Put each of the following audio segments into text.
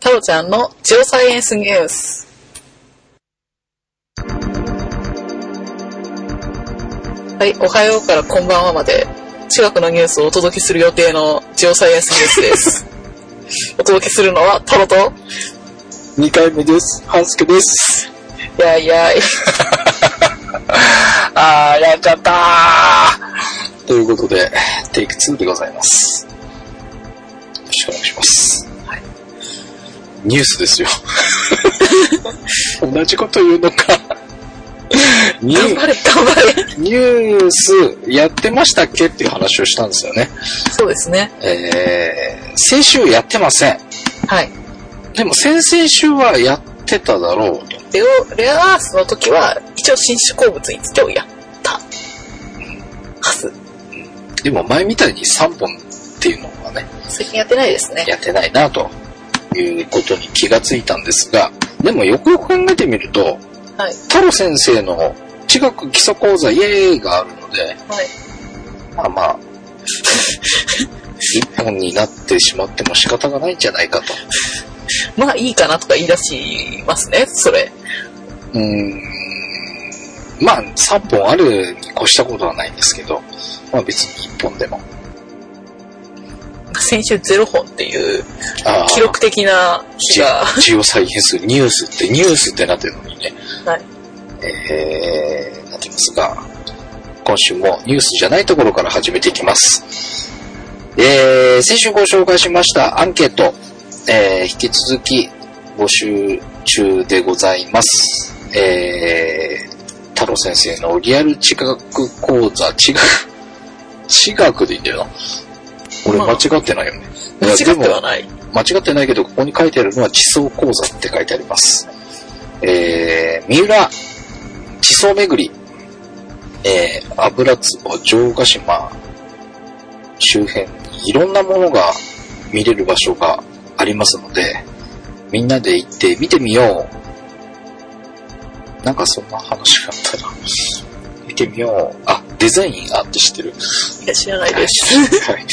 タロちゃんのジオサイエンスニュース。はい、おはようからこんばんはまで、近くのニュースをお届けする予定のジオサイエンスニュースです。 お届けするのはタロと、 2回目です。ハンスケです。やいやい。あー、やっちゃったーということで、テイク2でございます。よろしくお願いします。ニュースですよ。同じこと言うのか。ニ頑ュ張れ、頑張れ。ニュースやってましたっけっていう話をしたんですよね。そうですね。えー、先週やってません。はい。でも先々週はやってただろうと。レオ、レアアースの時は、一応新種鉱物についてをやった。カス。でも前みたいに3本っていうのはね、最近やってないですね。やってないなということに気がついたんですが、でもよくよく考えてみると、はい。太郎先生の地学基礎講座イエーイがあるので、はい。まあまあ、 一本になってしまっても仕方がないんじゃないかと。まあいいかなとか言い出しますね、それ。うーん、まあ3本あるに越したことはないんですけど、まあ別に1本でも。先週0本っていうあー記録的な日ジが、ジオサイエンス、ニュースってニュースってなってるのにね、はい、えー、なってますが、今週もニュースじゃないところから始めていきます。えー、先週ご紹介しましたアンケート、えー、引き続き募集中でございます。えー、太郎先生のリアル地学講座、地学、地学でいいんだよな。俺間違ってないよね。間違っていやでもはない。間違ってないけど、ここに書いてあるのは地層講座って書いてあります。えー、三浦、地層巡り、えー、油壺、城ヶ島、周辺にいろんなものが見れる場所がありますので、みんなで行って見てみよう。なんかそんな話があったな。見てみよう。あ、デザインアートしてる。いや、知らないです。はい。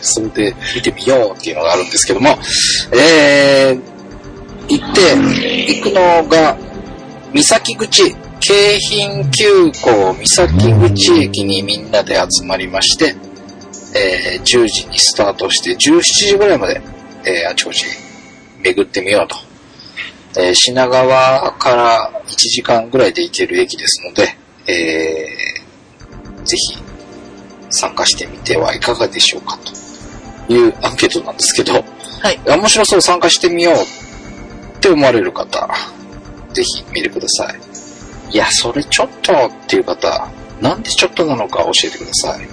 それで見てみようっていうのがあるんですけども、えー、行って、行くのが、三崎口、京浜急行三崎口駅にみんなで集まりまして、えー10時にスタートして17時ぐらいまで、えーあちこち巡ってみようと。えー品川から1時間ぐらいで行ける駅ですので、えーぜひ参加してみてはいかがでしょうかというアンケートなんですけど、はい面白そう参加してみようって思われる方、ぜひ見てください。いや、それちょっとっていう方、なんでちょっとなのか教えてください。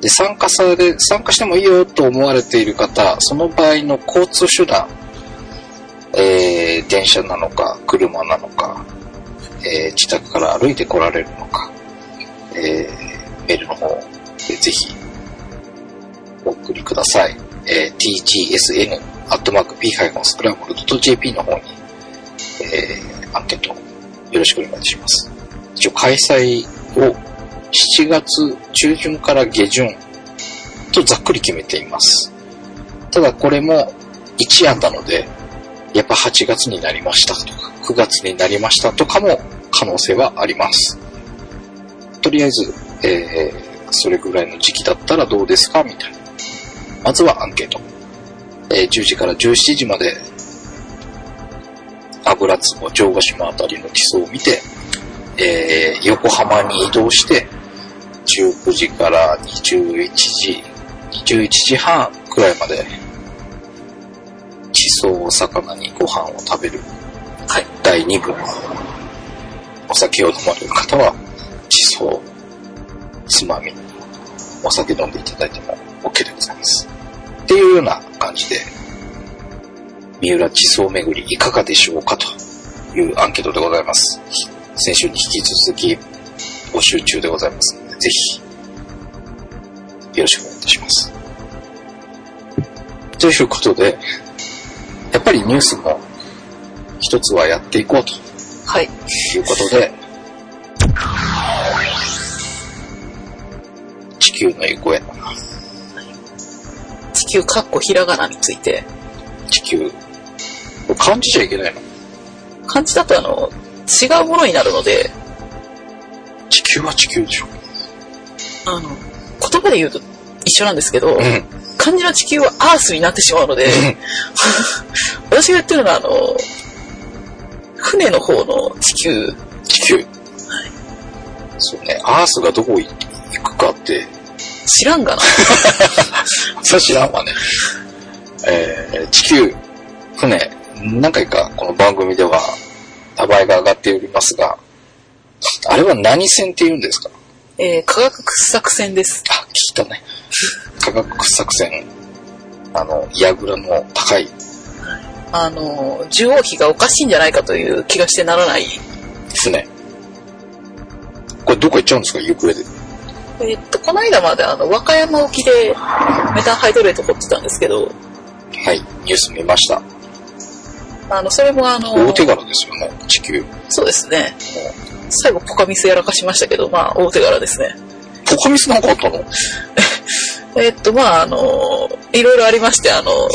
で、参加され、参加してもいいよと思われている方、その場合の交通手段、えー、電車なのか、車なのか、えー自宅から歩いて来られるのか、えー、メールの方、えーぜひ、お送りください。えー、tgsn.p-scramble.jp の方に、えー、アンケート、よろしくお願いします。一応、開催を7月中旬から下旬とざっくり決めています。ただ、これも1案なので、やっぱ8月になりましたとか、9月になりましたとかも可能性はあります。とりあえず、えーそれぐらいの時期だったらどうですかみたいな。まずはアンケート。えー10時から17時まで、油壺、城ヶ島あたりの基礎を見て、えー横浜に移動して、19時から21時、21時半くらいまで、地層を魚にご飯を食べる。はい。第2部。お酒を飲まれる方は、地層、つまみ、お酒飲んでいただいても OK でございます。っていうような感じで、三浦地層巡りいかがでしょうかというアンケートでございます。先週に引き続き募集中でございますので、ぜひ、よろしくお願いいたします。ということで、やっぱりニュースも一つはやっていこうとはい。ということで、地球の行方、地球かっこひらがなについて、地球、これ感じちゃいけないの漢字だとあの、違うものになるので、地球は地球でしょ。あの、言葉で言うと一緒なんですけど、うん。漢字の地球はアースになってしまうので、 私が言ってるのはあの、船の方の地球、地球。そうね、アースがどこ行くかって、知らんがな。それ知らんわね。えー、地球、船、何回かこの番組では名前が上がっておりますが、あれは何線って言うんですかえー、科学作戦です。あ、聞いたね。科学作戦、あの、矢倉の高い、あの、中央比がおかしいんじゃないかという気がしてならない。船。これどこ行っちゃうんですか行方で。えっと、この間まであの、和歌山沖でメタンハイドレート掘ってたんですけど、はい、ニュース見ました。あの、それもあの、大手柄ですよね、地球。もうそうですね。最後、ポカミスやらかしましたけど、まあ、大手柄ですね。ポカミスなんかあったのほえっと、まあ、あの、いろいろありまして、あの、う。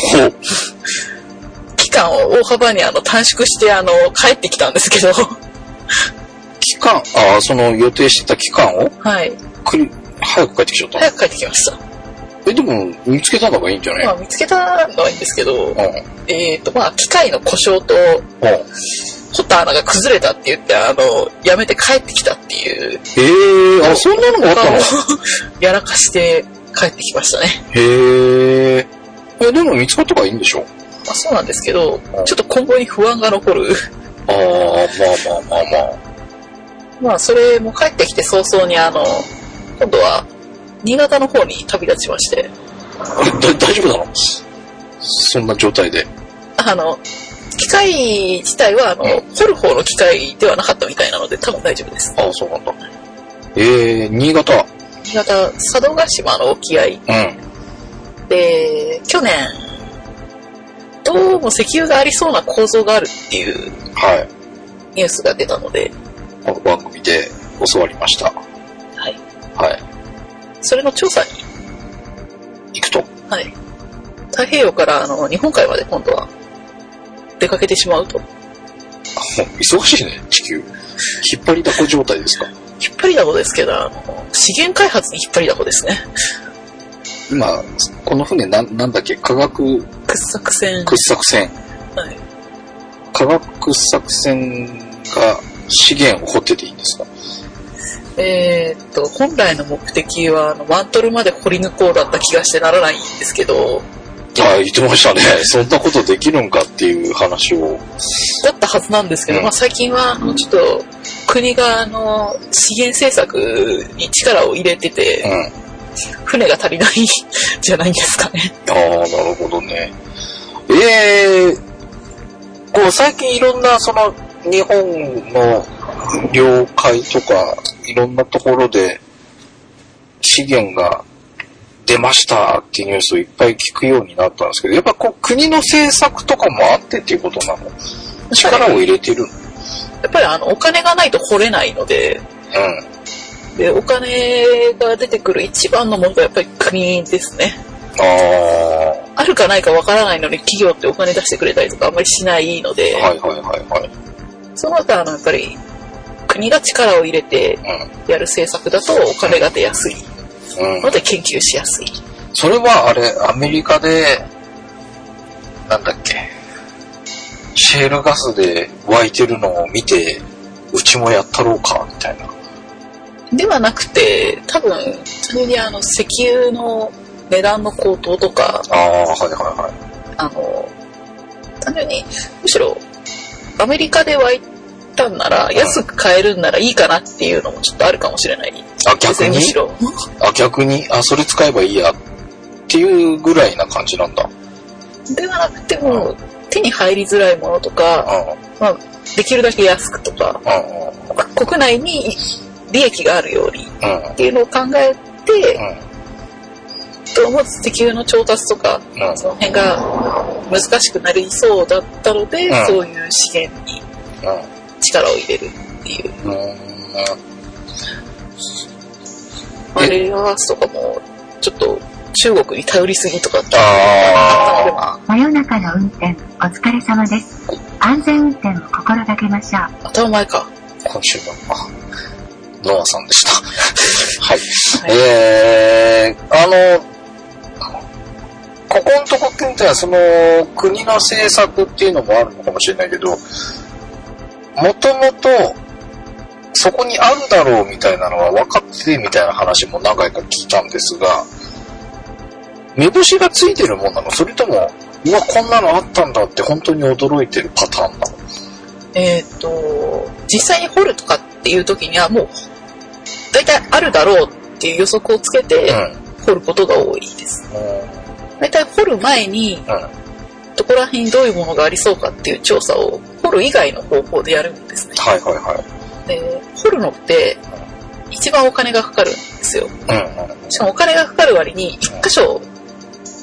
期間を大幅にあの短縮して、あの、帰ってきたんですけど、 期間、ああ、その予定してた期間をはい。くり早く帰ってきちゃったの早く帰ってきました。え、でも、見つけたのがいいんじゃないまあ、見つけたのはいいんですけど、うん。えっと、まあ、機械の故障と、うん。掘った穴が崩れたって言って、あの、やめて帰ってきたっていう、ええー、あ、そんなのがあったのを やらかして帰ってきましたね。へえ。え、でも見つかった方がいいんでしょまあ、そうなんですけど、ちょっと今後に不安が残る。 ああ、まあまあまあまあ。まあ、それも帰ってきて早々に、あの、今度は、新潟の方に旅立ちまして、あれ、 だ大丈夫なのそんな状態で。あの、機械自体は、あの、う掘る方の機械ではなかったみたいなので、多分大丈夫です。ああ、そうなんだ。ええー、新潟。新潟、佐渡島の沖合うん。で、去年、どうも石油がありそうな構造があるっていうはい。ニュースが出たので、この番組で教わりました。はい。はい。それの調査に、行くと。はい。太平洋から、あの、日本海まで今度は、出かけてしまうと。あもう忙しいね、地球。引っ張りだこ状態ですか引っ張りだこですけど、あの、資源開発に引っ張りだこですね。今、この船なん、なんだっけ、科学掘削船。掘削船。はい。科学作戦が資源を掘ってていいんですかえーっと、本来の目的は、あの、マントルまで掘り抜こうだった気がしてならないんですけど、ああ、言ってましたね。 そんなことできるんかっていう話を。だったはずなんですけど、うんまあ最近は、あの、ちょっと、国が、あの、資源政策に力を入れてうて、ん。あ船が足りない じゃないですかね。あ、なるほどね。ええこう最近いろんなその日本の領海とかいろんなところで資源が出ましたっていうニュースをいっぱい聞くようになったんですけど、やっぱこう国の政策とかもあってっていうことなの力を入れてるのやっぱり、あの、お金がないと掘れないので、うん。で、お金が出てくる一番の問題はやっぱり国ですね。ああ、はあるかないかわからないのに企業ってお金出してくれたりとかあんまりしないのでい、はいはいはい。その他あのやっぱり国が力を入れてやる政策だとお金が出やすいうん。うのん。で研究しやすい。それはあれ、アメリカで、なんだっけ、シェールガスで湧いてるのを見て、うちもやったろうか、みたいな。ではなくて、多分、それにあの石油の値段の高騰とか、ああ、はいはあの、単純に、むしろアメリカで湧いたんなら安く買えるんならいいかなっていうのもちょっとあるかもしれない。いはい。あ、逆にむしろ。あ、逆にあ、それ使えばいいや、っていうぐらいな感じなんだ。ではなくても、手に入りづらいものとか、うまあ、できるだけ安くとか、ん、うん、うん、国内に利益があるようにっうん、ていうのを考えて、うと思つ石油の調達とか、ん、うん。その辺が難しくなりそうだったので、うんそういう資源に力を入れるっていう。うん、うんまあ、レイアアースとかも、ちょっと中国に頼りすぎとかってああったので、あ、まあ、真夜中の運転、お疲れ様です。安全運転を心がけましょう。頭前か。今週の、あ、ノアさんでした。はい。はいえー、あの、ここのとこみたいな、その、国の政策っていうのもあるのかもしれないけど、もともと、そこにあるだろうみたいなのは分かっててみたいな話も何回か聞いたんですが、目星がついてるもんなのそれとも、うわ、こんなのあったんだって本当に驚いてるパターンなのえっ、と、実際に掘るとかっていう時にはもう、大体あるだろうっていう予測をつけて掘ることが多いです。う大体掘る前に、ん。うん。どこら辺にどういうものがありそうかっていう調査を掘る以外の方法でやるんですね。はいはいはい。で、掘るのって、一番お金がかかるんですよ。うんうん。しかもお金がかかる割に、一箇所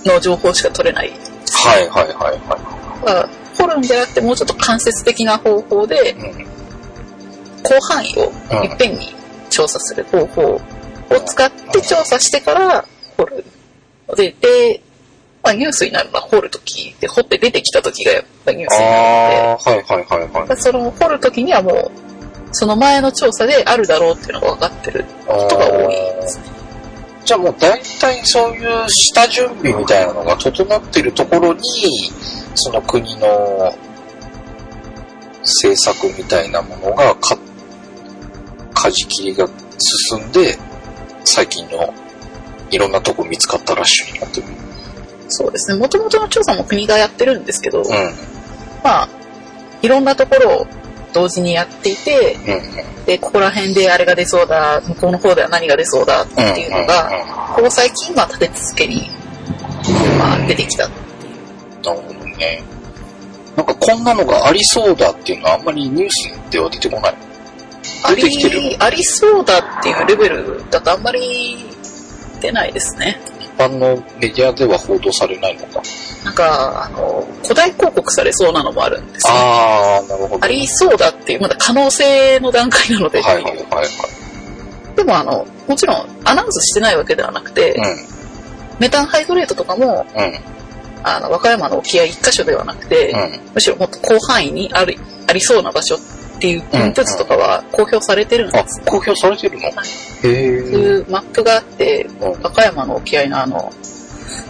の情報しか取れない。はいはいはいはだから掘るんじゃなくて、もうちょっと間接的な方法でい。、うん。広範囲をいっぺんに調査する方法を使って調査してから掘るので、で、まあ、ニュースになるのは掘るときで、掘って出てきたときがやっぱニュースになるのでああー、はいはいはいはい。だから、その掘るときにはもう、その前の調査であるだろうっていうのが分かってることが多いですね。じゃあもう大体そういう下準備みたいなのが整ってるところに、その国の政策みたいなものがか、かじきりが進んで、最近のいろんなとこ見つかったラッシュになってる。そうですね。もともとの調査も国がやってるんですけど、うん、まあ、いろんなところを同時にやっていて、うん、うん。で、ここら辺であれが出そうだ、向こうの方では何が出そうだってうんいうのが、ここ最近、まあ、立て続けに、まあ、出てきた。なるほどね。なんかこんなのがありそうだっていうのはあんまりニュースでは出てこない。あ出てきてるり、ありそうだっていうレベルだとあんまり出ないですね。一般のメディアでは報道されないのか。なんか、あの、古代広告されそうなのもあるんですよ。ああ、なるほど。ありそうだっていう、まだ可能性の段階なので、はいはいはいはい。でもあの、もちろんアナウンスしてないわけではなくて、うメタンハイドレートとかも、ん、うん、あの、和歌山の沖合一箇所ではなくて、うん。むしろもっと広範囲にある、ありそうな場所っていう分布図とかは公表されてるんであす。、公表されてるのへはいそうえ。いうマップがあって、うん和歌山の沖合のあの、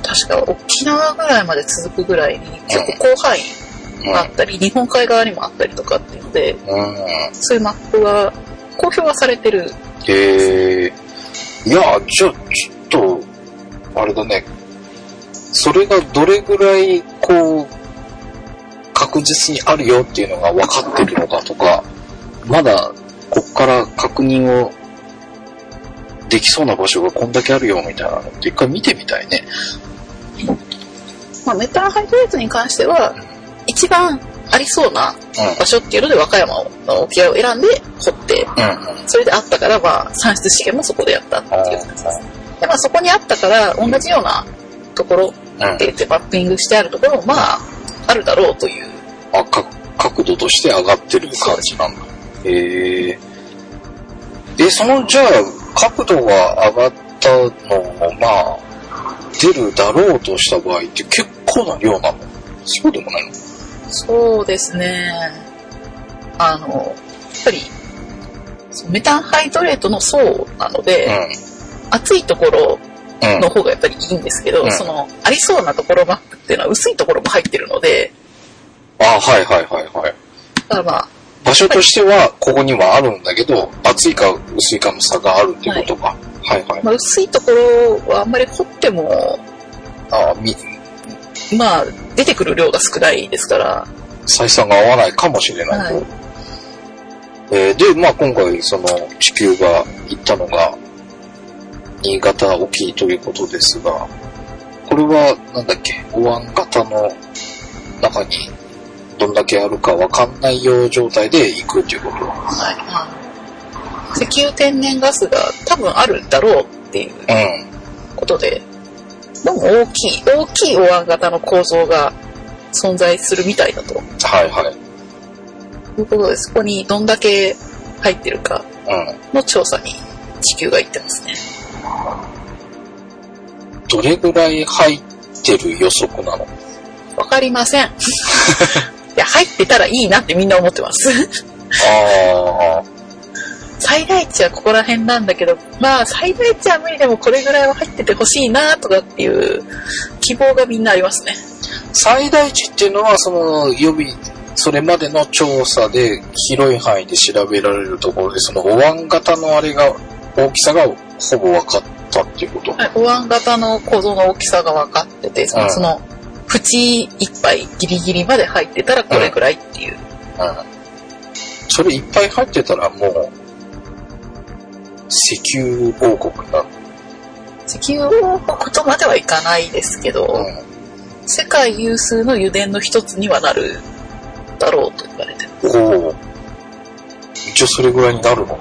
確か沖縄ぐらいまで続くぐらいに結構広範囲があったり、日本海側にもあったりとかっていうので、うん。そういうマップが公表はされてる。へえ。いや、ちょ、ちょっと、あれだね。それがどれぐらい、こう、確実にあるよっていうのが分かってるのかとか、まだ、こっから確認を、できそうな場所がこんだけあるよみたいなのって一回見てみたいね。まあ、メタンハイドレートに関しては、一番ありそうな場所っていうので和歌山の沖合を選んで掘って、うん。うん、うん。それであったから、まあ、算出試験もそこでやったっていう感じです。で、まあ、そこにあったから、同じようなところって言って、マッピングしてあるところも、まあ、あるだろうという。あ、か角度として上がってる感じなんだ。へえ。え、その、じゃあ、角度が上がったのを、まあ、出るだろうとした場合って結構な量なのそうでもないのそうですね。あの、やっぱり、そうメタンハイドレートの層なので、暑いところうん。うの方がやっぱりいいんですけど、うんその、ありそうなところマップっていうのは薄いところも入ってるので、あ、はいはいはいはい。だからまあ、場所としては、ここにはあるんだけど、厚いか薄いかの差があるっていうことか。はい、はい、まあ、薄いところはあんまり掘っても、あみ、まあ、出てくる量が少ないですから、採算が合わないかもしれないと。はいえーで、まあ今回、その、地球が行ったのが、新潟沖ということですが、これは、なんだっけ、お椀型の中に、どんだけあるかわかんないよう状態で行くっていうこと。はい、あの石油天然ガスが多分あるんだろうっていううん。ことで、どうも大きい、大きいお椀型の構造が存在するみたいだとはいはい。いうことで、そこにどんだけ入ってるかうの調査に地球が行ってますね。 ん。どれぐらい入ってる予測なの和歌かりません。いや、入ってたらいいなってみんな思ってます。ああ、最大値はここら辺なんだけど、まあ、最大値は無理でもこれぐらいは入っててほしいなとかっていう希望がみんなありますね。最大値っていうのは、その予備、それまでの調査で広い範囲で調べられるところで、そのお椀型のあれが、大きさがほぼ分かったっていうこと。はい、お椀型の構造の大きさが分かってて、その、うんその縁一杯ギリギリまで入ってたらこれぐらいっていう。うん。それいっぱい入ってたらもう、石油王国になる。石油王国とまではいかないですけど、世界有数の油田の一つにはなるだろうと言われてるうん。おお。一応それぐらいになるの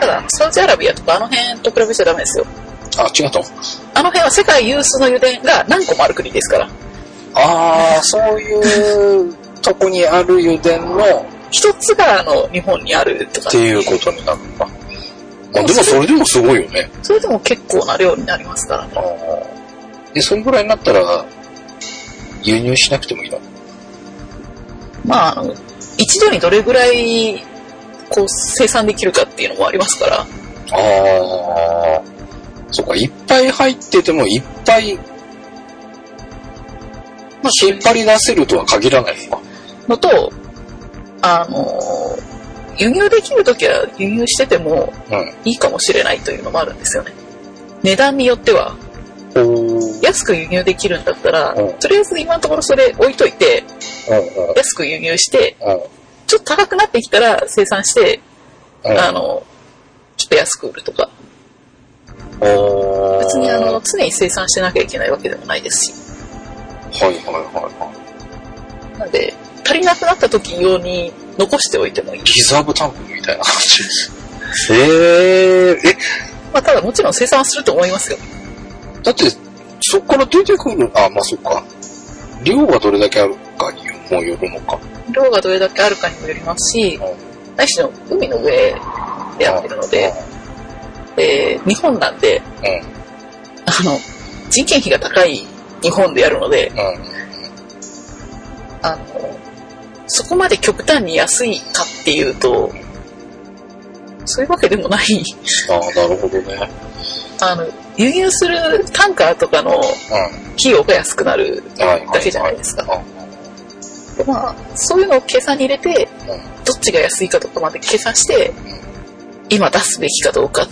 ただ、サウジアラビアとかあの辺と比べちゃダメですよ。あ、違ったあの辺は世界有数の油田が何個もある国ですから。ああ、そういうとこにある油田の、一つがあの日本にあるとかっていうことになるのか。まあでもそれでもすごいよね。それでも結構な量になりますからねで、それぐらいになったら、輸入しなくてもいいの。まああの一度にどれぐらいこう生産できるかっていうのもありますからああ。そっか、いっぱい入ってても、いっぱい、まあ、引っ張り出せるとは限らないのか。のとあの輸入できるときは輸入しててもうん。いいかもしれないというのもあるんですよね値段によってはおー安く輸入できるんだったらうんとりあえず今のところそれ置いといてうんうん安く輸入してうんちょっと高くなってきたら生産してうん。あのちょっと安く売るとかおー別にあの、常に生産してなきゃいけないわけでもないですし。はいはいはいはい。なんで、足りなくなった時用に残しておいてもいい。リザーブタンクみたいな感じです。へえー、え、まあ、ただもちろん生産はすると思いますよ。だって、そこから出てくる、あ、まあそっか。量がどれだけあるかにもよるのか。量がどれだけあるかにもよりますしう、ないしの海の上でやってるので、で、日本なんで、うん、うん、あの、人件費が高い日本でやるので、うん。あの、そこまで極端に安いかっていうと、そういうわけでもない。ああ、なるほどね。あの、輸入するタンカーとかのう費用が安くなるん。はい、はい。だけじゃないですか。はいでまあ、そういうのを計算に入れて、うんどっちが安いかとかまで計算して、今出すべきかどうかっ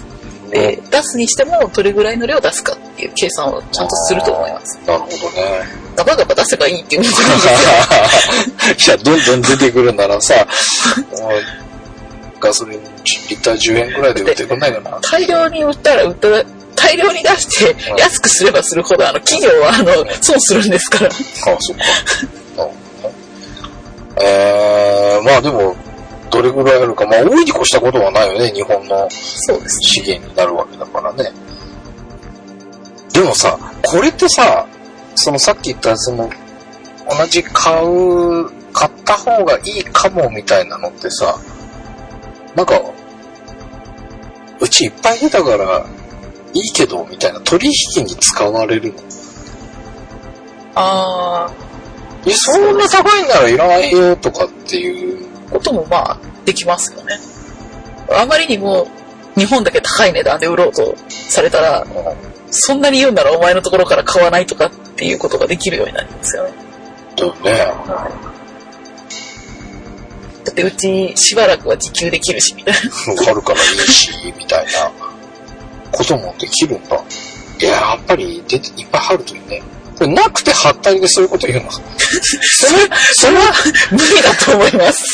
て、出すにしてもどれぐらいの量出すかっていう計算をちゃんとすると思います。なるほど ね。ガバガバ出せばいいっていうのが いや、どんどん出てくるならさ、うんガソリンリッター10円ぐらいで売ってくんないかな。大量に売ったら売ったら、大量に出してうん安くすればするほど、あの、企業はあの、損するんですから。ああ、そっか。なるほどねえー、まあでも、どれぐらいあるか、まあ多いに越したことはないよね、日本のそうです資源になるわけだからね。でもさ、これってさ、そのさっき言った、その、同じ買う、買った方がいいかもみたいなのってさ、なんか、うちいっぱい出たから、いいけど、みたいな取引に使われるの。ああ、え、そんな高いならいらないよとかっていう。こともまあ、できますよね。あまりにも、日本だけ高い値段で売ろうとされたら、そんなに言うならお前のところから買わないとかっていうことができるようになりますよね。だよね。だってうちしばらくは自給できるし、みたい な。あるからいいし、みたいなこともできるんだ。いや、やっぱり出ていっぱい貼るといいね。これなくて貼ったりでそういうこと言うの。それ、それは無理だと思います。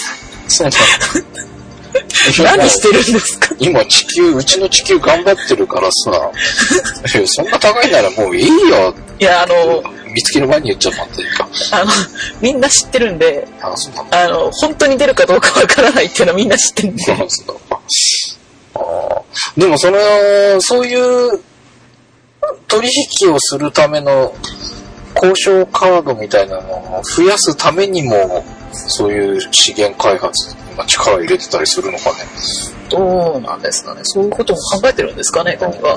そうなの。何してるんですか今地球、うちの地球頑張ってるからさ、いやそんな高いならもういいよ。いや、あの、見つける前に言っちゃうなんていうか。あの、みんな知ってるんで、あ、そうなの。あの、本当に出るかどうかわからないっていうのはみんな知ってるんで。そうなんですか。あーでもその、そういう取引をするための交渉カードみたいなのを増やすためにも、そういう資源開発に今力入れてたりするのかね。どうなんですかね。そういうことも考えてるんですかね、何が。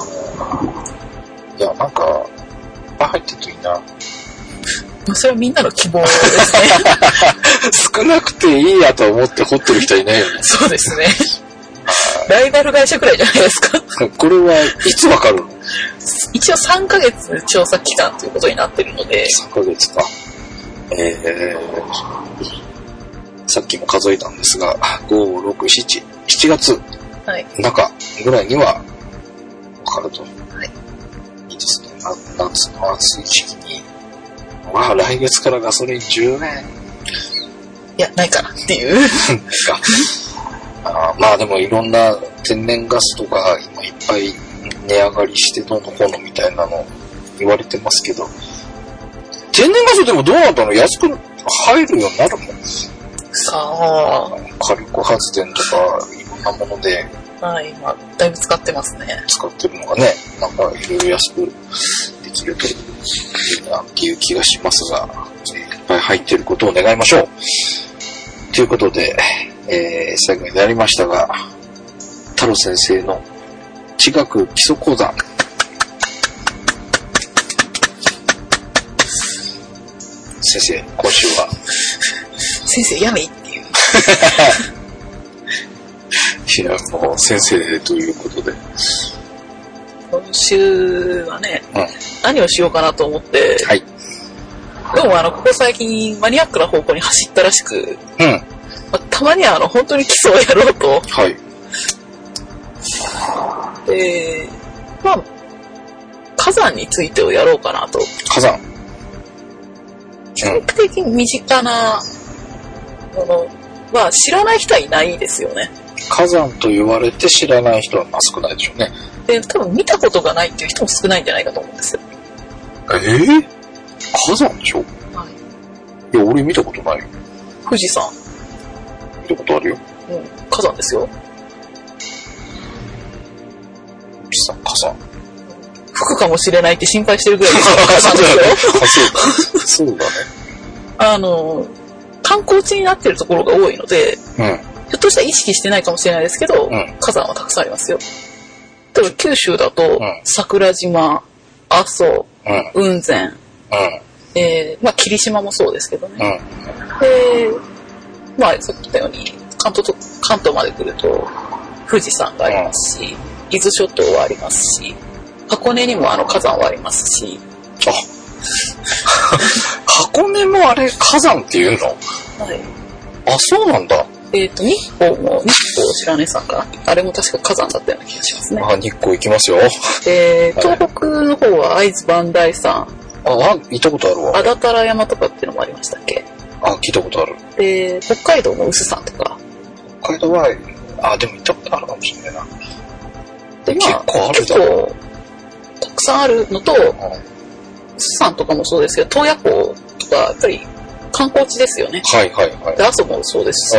いや、なんか、いっぱい入ってるといいな。まあそれはみんなの希望ですね。少なくていいやと思って掘ってる人いないよね。 そうですね。ライバル会社くらいじゃないですか。これはいつわかるの一応3ヶ月調査期間ということになってるので、 ?3 ヶ月か。えー、さっきも数えたんですが、5、6、7、7月はい。中ぐらいにはわかると。はいいいですね。な夏の暑い時期に、わあ、来月からガソリン10円いや、ないかなっていう。あーまあでもいろんな天然ガスとか今いっぱい値上がりしてどうのこうのみたいなの言われてますけど、天然ガスでもどうなったの安く入るようになるもん。さあ、火力発電とかいろんなものではい、まあ、だいぶ使ってますね。使ってるのがね、なんかいろいろ安くできるといいなっていう気がしますが、えーいっぱい入ってることを願いましょう。ということで、えー最後になりましたが、太郎先生の地学基礎講座。先生、今週は先生、やめいっていう。いや、もう先生ということで。今週はね、うん何をしようかなと思って、はい。でもあの、ここ最近マニアックな方向に走ったらしく、うん。まあたまにはあの、本当に基礎をやろうと。はい。で、まあ、火山についてをやろうかなと。火山。比較的身近なものは知らない人はいないですよね。火山と言われて知らない人はまあ少ないでしょうね。で、多分見たことがないっていう人も少ないんじゃないかと思うんですよ。ええ火山でしょいはい、や、俺見たことないよ。富士山、見たことあるよ。うん、火山ですよ。富士山、火山。吹くかもしれないって心配してるぐらいの火山 ですよ。あそうだ。そうあの、観光地になってるところが多いので、だね。ひょっとしたら意識してないかもしれないですけど、うん火山はたくさんありますよ。例えば九州だと、ん桜島、阿蘇、うん。うん。雲仙、えーまあ霧島もそうですけどね。うん。うん。で、まあさっき言ったように、関東と、関東まで来ると、富士山がありますし、伊豆諸島はありますし、箱根にもあの火山はありますし、あ箱根もあれ火山っていうのはい。あ、そうなんだ。えっ、と、日光も、日光白根山かな。あれも確か火山だったような気がしますね。あ、日光行きますよ。で、東北の方は会津磐梯山、あ、あ行ったことあるわ安。達太良山とかっていうのもありましたっけあ、聞いたことある。で、北海道も臼山とか。北海道は、あ、でも行ったことあるかもしれないな。で、まあ、結構ある結だろ構、たくさんあるのと、うんは臼山とかもそうですけど、洞爺湖とか、やっぱり観光地ですよね。いはいはいで、阿蘇もそうです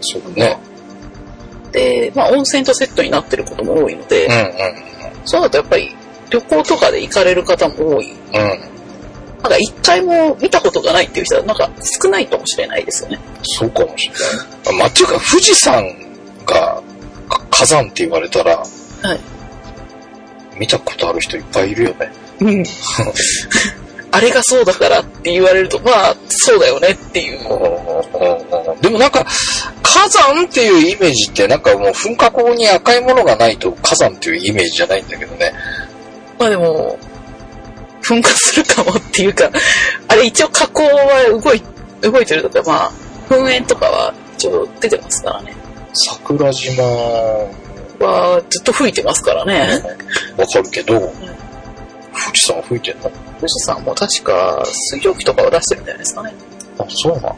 し、うん。そうだね。で、まあ、温泉とセットになってることも多いので、うそうだとやっぱり旅行とかで行かれる方も多い。んうんうん。うん。なんか一回も見たことがないっていう人は、なんか少ないかもしれないですよね。そうかもしれない。まあ、っていうか、富士山がか火山って言われたら、はい。見たことある人いっぱいいるよね。うん。 あれがそうだからって言われると、まあ、そうだよねっていう。でもなんか、火山っていうイメージって、なんかもう噴火口に赤いものがないと火山っていうイメージじゃないんだけどね。まあでも、噴火するかもっていうか、あれ一応火口は動い、動いてるとか、まあ、噴煙とかは一応出てますからね。桜島はは、ずっと吹いてますからね。わかるけど、富士山吹いてんの富士山も確か水蒸気とかを出してるんじゃないですかね。あ、そうなの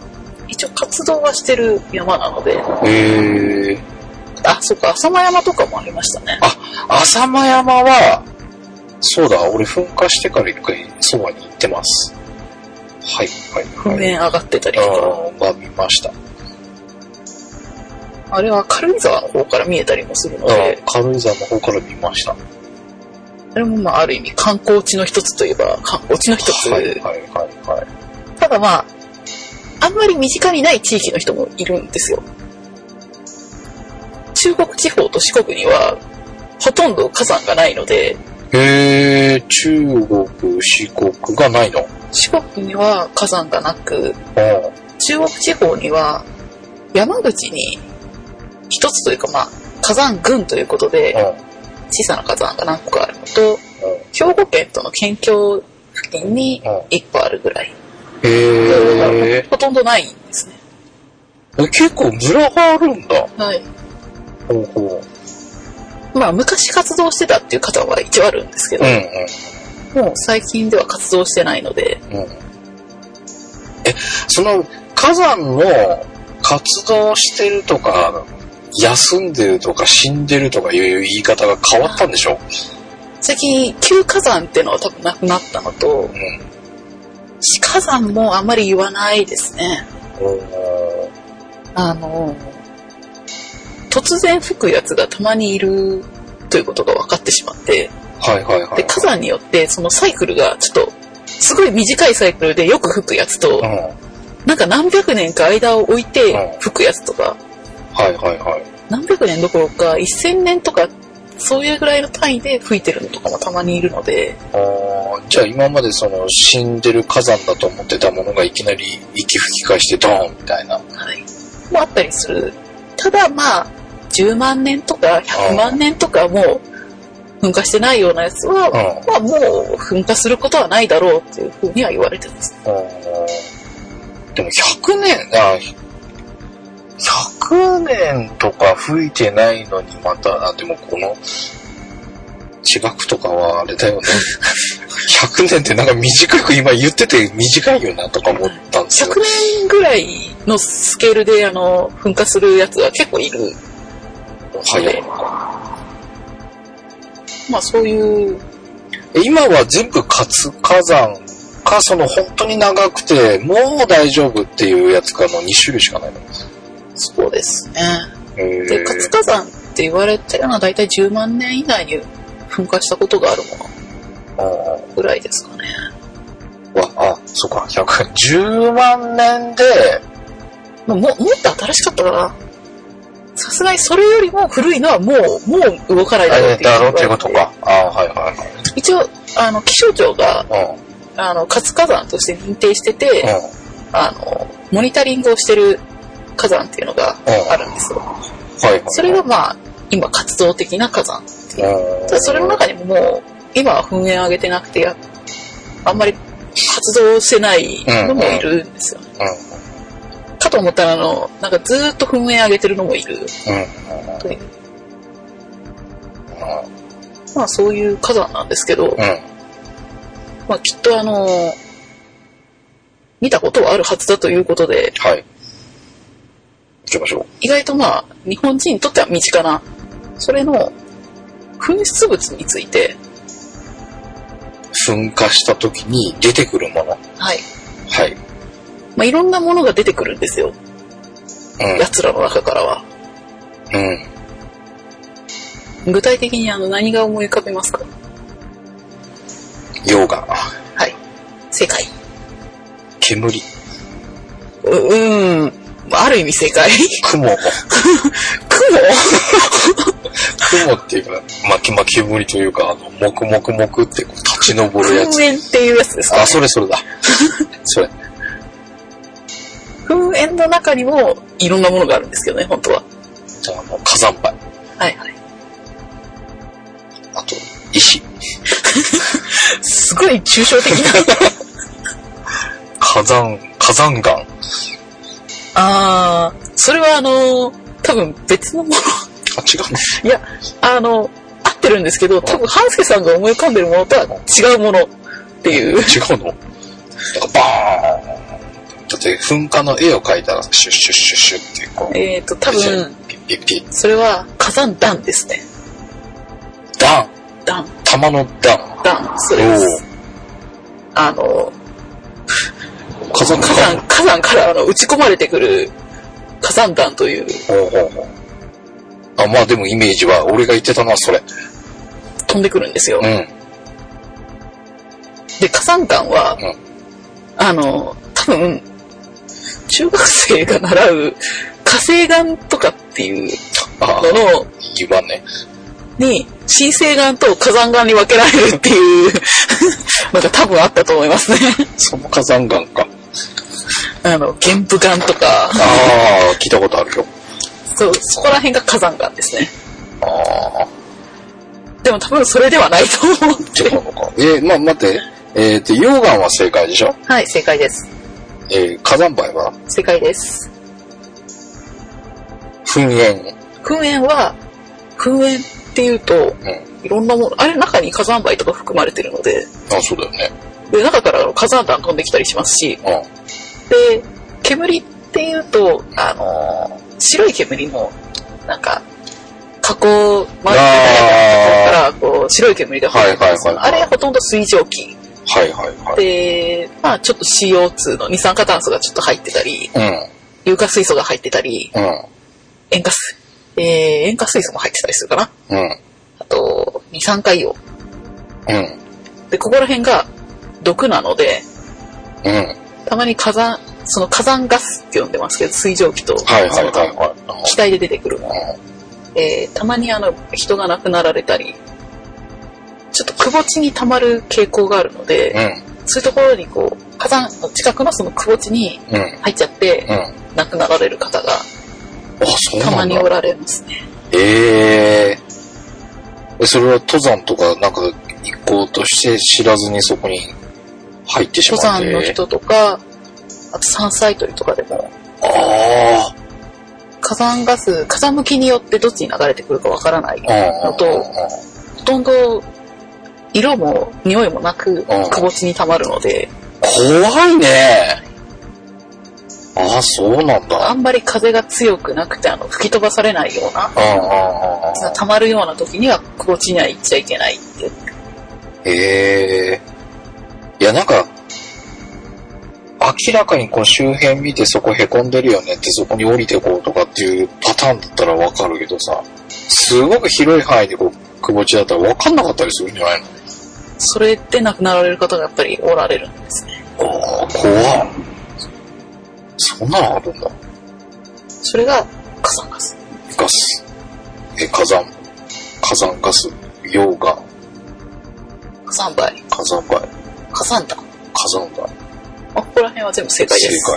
一応活動はしてる山なので、へえ。あ、そっか、浅間山とかもありましたね。浅間山は、そうだ、俺噴火してから一回そばに行ってます。はい、はい、は噴い。煙上がってたりとか。あーが見ました。あれは軽井沢の方から見えたりもするので、軽井沢の方から見ました。はあれもまあある意味観光地の一つといえば観光地の一つ。いはいはいはい。ただまあ、あんまり身近にない地域の人もいるんですよ。中国地方と四国には、ほとんど火山がないので、へえ、中国、四国がないの。四国には火山がなく、おう中国地方には山口に一つというかまあ火山群ということでおう小さな火山が何個かあるのと、おう兵庫県との県境付近にうん一個あるぐらい。へえ。ほとんどないんですね。結構ムラがあるんだ。はい。ほうほう。まあ昔活動してたっていう方は一応あるんですけどうん、もう最近では活動してないので、うんうん。え、その火山の活動してるとか、休んでるとか死んでるとかいう言い方が変わったんでしょ最近旧火山っていうのは多分なくなったのとう、ん。死火山もあんまり言わないですね。おうあの、突然吹くやつがたまにいるということが分かってしまって、はいはいはい。で、火山によってそのサイクルがちょっと、すごい短いサイクルでよく吹くやつとう、ん。なんか何百年か間を置いてうん吹くやつとか、はいはいはい。何百年どころか1000年とかそういうぐらいの単位で吹いてるのとかもたまにいるのであーじゃあ今までその死んでる火山だと思ってたものがいきなり息吹き返してドーンみたいな。もあったりするただまあ10万年とか100万年とかもう噴火してないようなやつは、うん。あまあもう噴火することはないだろうっていうふうには言われてますーでも100年、あ100年とか吹いてないのにまた、あ、でもこの、地学とかはあれだよね。100年ってなんか短く今言ってて短いよなとか思ったんですよ100。年ぐらいのスケールであの噴火するやつは結構いる早い。まあそういうえ今は全部活火山か、その本当に長くて、もう大丈夫っていうやつかの2種類しかないの。そうですねへーで活火山って言われてるのは大体10万年以内に噴火したことがあるもあーのぐらいですかねわあ、そうか、100。10万年で、まあももっと新しかったかなさすがにそれよりも古いのはもうもう動かないあだろうれっていうだろうっていうことか。ああ、はいはい一応あの気象庁がはい。あの活火山として認定してて、うん。うん。あのモニタリングをしてる火山っていうのがうんあるんですよ、はいはい。それがまあ今活動的な火山っていううん、ただそれの中にももう今は噴煙上げてなくてやあんまり活動してないのもいるんですよね、うかと思ったらあのなんかずーっと噴煙上げてるのもいるん。うん。といううまあそういう火山なんですけど、ん。まあきっとあの見たことはあるはずだということではい。行きましょう。意外とまあ日本人にとっては身近なそれの噴出物について噴火した時に出てくるもの。はい、はい。まあ、いろんなものが出てくるんですよ奴らの中からはうん。うん。具体的にあの何が思い浮かべますか溶岩。はい。正解。煙。う、うーん。ある意味正解。雲。雲雲っていうか、巻き巻き煙というか、あの、もくもくもくってこう立ち上るや噴つ。煙っていうやつですかあ、それそれだ。それ。噴煙の中にもいろんなものがあるんですけどね、本当は。じゃあ、あの、火山灰。はいはい。あと、石。すごい抽象的な。火山、火山岩。 あー、それはあのー多分別のもの。あ、違うね。いや、あの、合ってるんですけど、多分、ハンスケさんが思い浮かんでるものとは違うものっていう。違うのなんかバーンだって、噴火の絵を描いたら、シュッシュッシュッシュッってこう。えーと、多分、ピッピッピッ。それは火山弾ですね。ダン弾、玉のダン弾、そおれです。ーあの、火山火山、火山からあの打ち込まれてくる火山弾というほうほうほう。あ、まあでもイメージは、俺が言ってたのはそれ。飛んでくるんですよ。うん。で、火山弾は、うんあの、多分、中学生が習う火星岩とかっていうああ、のの言わね。に、新星岩と火山岩に分けられるっていう のが多分あったと思いますね。 その火山岩か。あの、玄武岩とか、ああ、聞いたことあるよ。そう、そこら辺が火山岩ですね。ああ、でも多分それではないと思っ違て。うのか。えーまあ待って。えっ、と、溶岩は正解でしょはい、正解です。えー火山灰は正解です。噴煙。噴煙は、噴煙っていうと、うん。いろんなもの、あれ中に火山灰とか含まれてるので、あ、そうだよね。で、中から火山弾飛んできたりしますし、で、煙っていうと、あのー白い煙の、なんか、加工までから、こう、白い煙が入ってますはいはいはあいれほとんど水蒸気。うん。はいはいはい。で、まあちょっと CO2 の二酸化炭素がちょっと入ってたり、う硫化水素が入ってたり、ん。塩化水、えー、塩化水素も入ってたりするかな。うん。うん。あと、二酸化硫うん。黄。で、ここら辺が毒なので、うん。たまに火山、その火山ガスって呼んでますけど、水蒸気と、はいはいはいそのはい。気体で出てくるものうえーたまにあの人が亡くなられたりちょっとくぼ地にたまる傾向があるので、ん。そういうところにこう火山の近くのそのくぼ地にうん。うん。入っちゃってうん。あ、亡くなられる方がそうたまなんにだお。られますねえええそれは登山とかなんか行こうとして知らずにそこに入ってし登まって。山の人とかあと山菜採りとかでもあ火山ガス風向きによってどっちに流れてくるかわからないあ。のとほとんど色も匂いもなくんくぼ地にたまるので怖いね。ああ、そうなんあだ。んまり風が強くなくてあの吹き飛ばされないようなああ、ああ、溜まるような時にはくぼ地には行っちゃいけないって。ええいや、なんか、明らかにこの周辺見てそこ凹んでるよねってそこに降りてこうとかっていうパターンだったらわかるけどさ、すごく広い範囲でこう、くぼ地だったらわかんなかったりするんじゃないのそれで亡くなられる方がやっぱりおられるんですね。ああ、怖っそんなのあるんだ。それが火山ガス。ガス。え、火山。火山ガス。溶岩。火山灰。火山灰。火山弾。火山灰。まあ、ここら辺は全部正解で正す。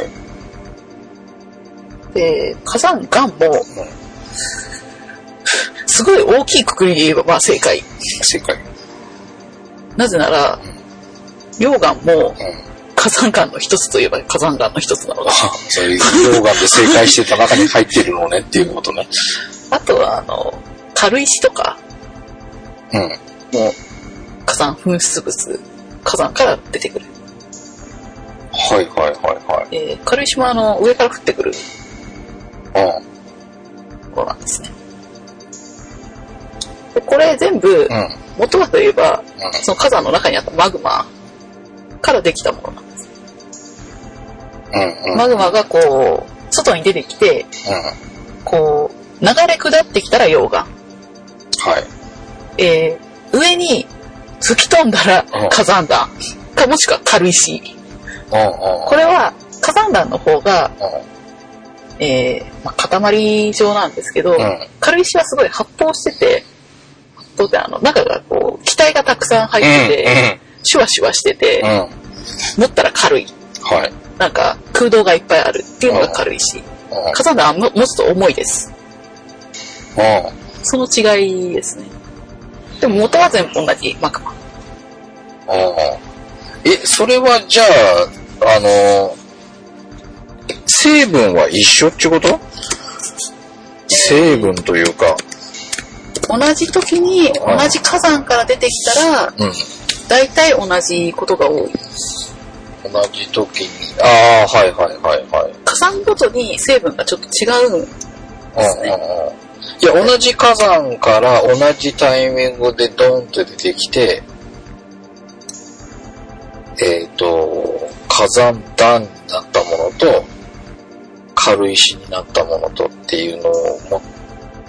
解。で、火山岩もうん、すごい大きいくくりで言えばまあ正解。正解。なぜなら、溶岩もうん。火山岩の一つといえば火山岩の一つなのであ。そういう溶岩で正解してた中に入ってるのねっていうことね。あとは、あの、軽石とかうん。も火山噴出物、火山から出てくる。はいはいはえー軽石もあの、上から降ってくるいはい。こなんですね。でこれ全部う、ん。うん。元はといえば、うんその火山の中にあったマグマからできたものなんです。うん。うん。マグマがこう、外に出てきて、こう、流れ下ってきたら溶岩。はい。えー上に吹き飛んだらうん火山弾。か、もしくは軽石。こうれは、火山弾の方が、んうん。えーまあ、塊状なんですけど、ん軽石はすごい発泡してて、発泡ってあの、中がこう、気体がたくさん入ってて、シュワシュワしてて、うん。うん。持ったら軽い。はい。なんか、空洞がいっぱいあるっていうのが軽いし、火山弾はも持つと重いです。うん。その違いですね。でも元は全部同じマグマ。え、それはじゃあ、あの、成分は一緒ってこと成分というか、同じ時に同じ火山から出てきたら、うん。大体同じことが多い。同じ時に、ああ、はいはいはいはい。火山ごとに成分がちょっと違うんうんうんうんいや、同じ火山から同じタイミングでドンって出てきて、えっ、と、火山弾になったものと、軽石になったものとっていうのをも